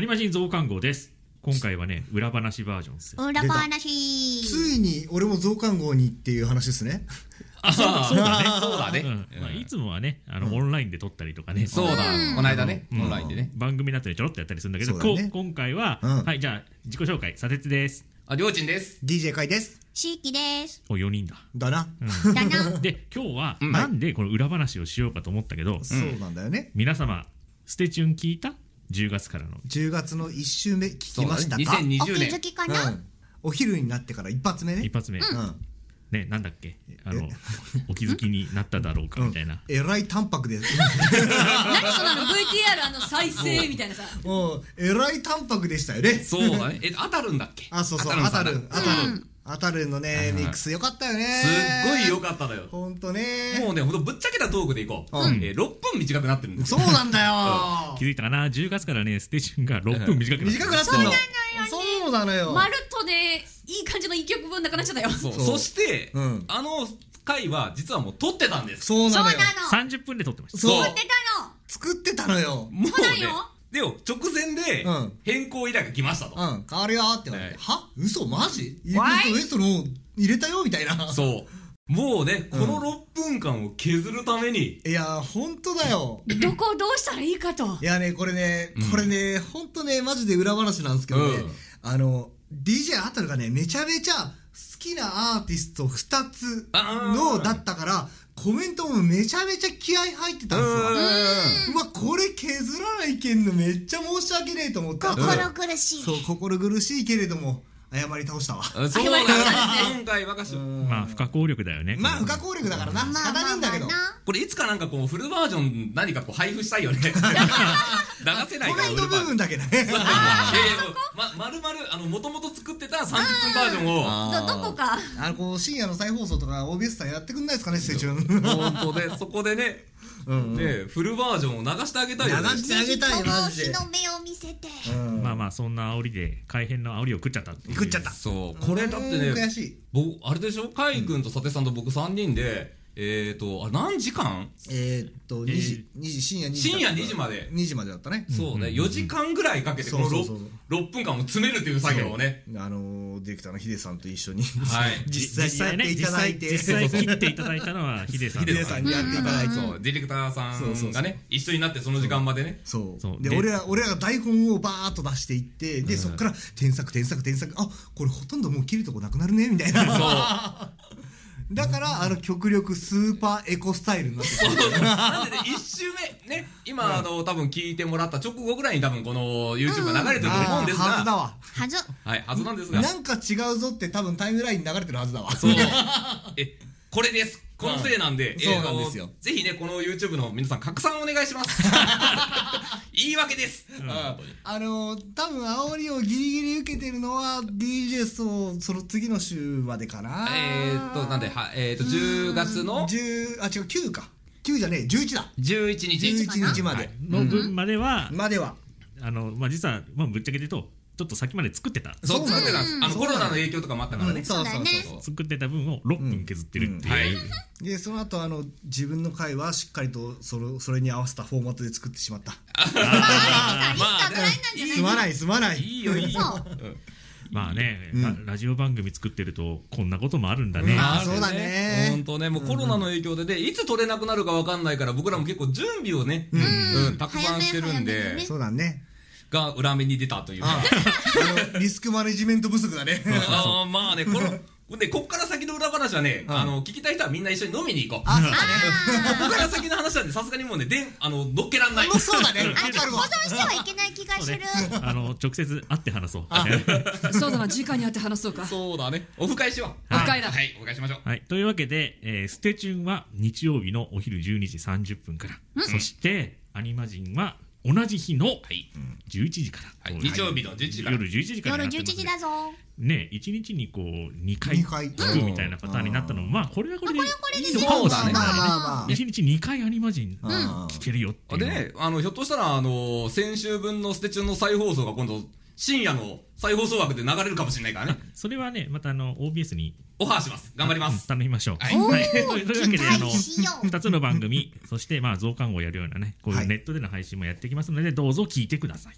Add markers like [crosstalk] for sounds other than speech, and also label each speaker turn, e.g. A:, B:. A: リマジン増刊号です今回はね裏話バージョンですよ
B: 裏話
C: ついに俺も増刊号にっていう話ですね
A: あそうだそうだね
D: そうだね
A: うんまあ、
D: うん
A: いつもはねあの、オンラインで撮ったりとかね
D: そうだ
B: うん
D: この間ね
A: う
D: オ
A: ん
D: ンラインでね
A: 番組の後にちょろっとやったりするんだけど
C: そうだね
A: こ今回は、
C: うん
A: はいじゃあ自己紹介砂鉄です
D: ありょうちんです
C: DJ 会です
B: しーきです
A: お4人だ
C: だな、
B: だ
C: [laughs]
B: な
A: で今日は、
D: ん
A: なんでこの裏話をしようかと思ったけど、
C: そうなんだよね
A: 皆様ステチュン聞いた10月からの
C: 10月の1週目聞きましたか、
D: そうだね
B: お気
D: 20年
B: づきかな、
C: うんお昼になってから一発目ね
A: 一発目、
C: うん
A: ねなんだっけあのお気づきになっただろうかみたいな、
C: えらい淡白で
E: 何そのあの VTR あの再生みたいなさ
C: [laughs] もうえらい淡白でしたよね
D: そうだねえ当たるんだっけ
C: あそうそう
D: の
C: 当
D: さ
C: たる当たる当たるのねミックスよかったよね
D: すっごい良かったのよ
C: ほんとね
D: もうねほんとぶっちゃけたトークでいこう
C: うん
D: えー6分短くなってるんです
C: そうなんだよ
A: 気づいたかな10月からねステチュンが6分短くなった
C: 短くなったのそうなのよ
E: まるっとねいい感じの一曲分なくなっちゃったよ
D: そう
C: そう
D: そして
C: うん
D: あの回は実はもう撮ってたんです
C: そう
B: そ
C: な
B: う
C: の
B: な
C: よ
B: の
A: 30分で撮ってました
C: そう
B: 言ってたの
C: 作ってたのよ
D: もう
E: そうだよ
D: でも直前で
C: うん
D: 変更依頼が来ましたと
C: うん、変わるよって言われて、
D: ね
C: は嘘マジ
B: わい
C: 嘘嘘の入れたよみたいな。
D: そうもうねこの6分間を削るために
C: いや、ほんとだよ。
E: どこをどうしたらいいかと
C: いやね、これね、これね、ほんとね、マジで裏話なんですけどね、
D: うん
C: あの、DJ アタルがね、めちゃめちゃ好きなアーティスト2つ
D: あー
C: のだったから、コメントもめちゃめちゃ気合入ってたんですよ。うわ、これ削らないけんのめっちゃ申し訳ねえと思って。
B: 心苦しい、
C: そう、心苦しいけれども、謝り倒したわ。
D: あそうなんですね今回若し
A: まあ不可抗力だよ [laughs] ね
C: まあ、
A: こ
C: 不
A: れ
C: 可抗力だからな。仕
B: まあ
C: 方ね
B: ま
C: え
B: あ
C: んだ
B: ま
C: け
B: あ
C: ど。
B: な
D: これいつかなんかこうフルバージョン何かこう配布したいよね流せない
C: コ
D: から
C: メン
D: フ
C: ト
D: ルバ
C: 部
D: ージョン
C: 分だけだね。
D: いやいやもうままるまるあのもともと作ってた30分バージョンを
E: どどこか
C: [laughs] あのこう深夜の再放送とか OBS さんやってくんないですかね、ステチュン。
D: 本当でそこでね、
C: [laughs]
D: ねフルバージョンを流してあげたいよね
C: 流してあげたい、マジ
B: 日
C: で。
B: の目を見せて
C: うん
A: まあまあそんな煽りで改編の煽りを食っちゃったっていう
C: 食っちゃった。
D: そうこれだって
C: うーん悔
D: ね
C: しい。
D: 僕あれでしょカイ君と佐手さんと僕3人でえっ、ー、とあ何時間
C: えーっと、2時、2時、深夜2時。
D: 深夜2時まで
C: 2時までだったね。
D: そうね、4時間ぐらいかけてこ
C: そ
D: の
C: うそうそう
D: 6, 6分間を詰めるっていう作業をね
C: あのー、ディレクターのヒデさんと一緒に。
D: はい
C: 実際にやっていただいて。
A: 実際実際切っていただいたのはヒデさん
C: [laughs] ヒ
A: で
C: デさんにやっていただいて。
D: そうディレクターさんが
C: そ
D: ね
C: うそうそう
D: 一緒になってその時間までね
C: そう
A: そう
C: で
A: で
C: 俺ら俺らが台本をバーっと出していってで、そっから添削添削添削あこれほとんどもう切るとこなくなるねみたいな [laughs] だからあの極力スーパーエコスタイルになってる
D: なんでね1周目ね今、あの多分聞いてもらった直後ぐらいに多分この YouTube が流れてると思うん
C: あー
D: です
C: はずだ
D: が
C: わ
B: はず
D: はいはずなんですが
C: なんか違うぞって多分タイムラインに流れてるはずだわ
D: そうえこれですこのせいなんで、
C: うん
D: えーと
C: そうなんですよ
D: ぜひねこの YouTube の皆さん拡散お願いします
C: [laughs]
D: 言い訳です、本当に
C: [laughs] あのー多分煽りをギリギリ受けてるのは DJ そうその次の週までかな
D: えー、っとなんではえー、っと10月の
C: 10あ違う9か9じゃねえ11だ
D: 11日
C: 11日ま
D: は
C: で
D: い
A: の分までは、
C: までは
A: あのまあ実はまあぶっちゃけて言うとちょっと先まで作ってた
D: そう作ってたんですあの
C: そう
D: コロナの影響とかもあったからね、
C: そうそうそうそう
B: そ
A: 作ってた分を6分削ってるって
D: はい
A: いう、
C: でその後あの自分の回はしっかりとそれそれに合わせたフォーマットで作ってしまった
B: あれもさリスターぐらいなんじゃない
C: すまないすまない
D: いいよいいよ
B: そう
A: まあね、ララジオ番組作ってるとこんなこともあるんだね、
C: うん
D: あ
C: あそうだね
D: 本当ね、もうコロナの影響でね、いつ取れなくなるかわかんないから、僕らも結構準備をね、うんたくさんしてるん
B: 早め早め
D: で
B: に、ね
C: そうだね
D: が裏目に出たという。
C: あ
D: あ
C: あのリスクマネジメント不足だね
D: ーまあね、この、で、こっから先の裏話はね、
C: ん
D: あの、聞きたい人はみんな一緒に飲みに行こう。こ
C: あそうだね
D: こから先の話なんで、さすがにもうね、でん、あの、乗っけらんない。
C: もうそうだね
B: あ
C: わ
B: の
C: かる
B: 保
C: わ
B: 存してはいけない気がする
A: あの直接会って話そう、
E: そうだな時間に会って話そうか
D: そうだね。オフ会しよう。
E: オフ会だ
D: はい、オフ会しましょう。
A: はい、というわけで、えーステチュンは日曜日のお昼12時30分からそしてアニマジンは同じ日の11時から、
D: はい日曜日の11時から
A: 夜11時から
B: 夜
A: になって
B: 11
A: ます
B: 時だぞこ
A: ね一日にこう2回
C: 二回
A: 聞くみたいなパターンになったのもまあこれはこれでい
B: れはこれで
A: いの
B: ね
A: かもし
C: まあ
A: れない
C: まあまあ
A: 1日2回アニマジン聞けるよっていう
D: でね、あの、ひょっとしたら、あの、先週分のステチュンの再放送が今度、深夜の再放送枠で流れるかもしれないからね。
A: それはねまたあの OBS に
D: オファーします。頑張ります。
A: 頼みましょう。
D: はい
A: はい、というわけであの
B: 期待しよ
A: [laughs]
B: う
A: 2つの番組そしてまあ増刊号をやるようなねこうい
C: は
A: う
C: い
A: ネットでの配信もやっていきますのでどうぞ聞いてください。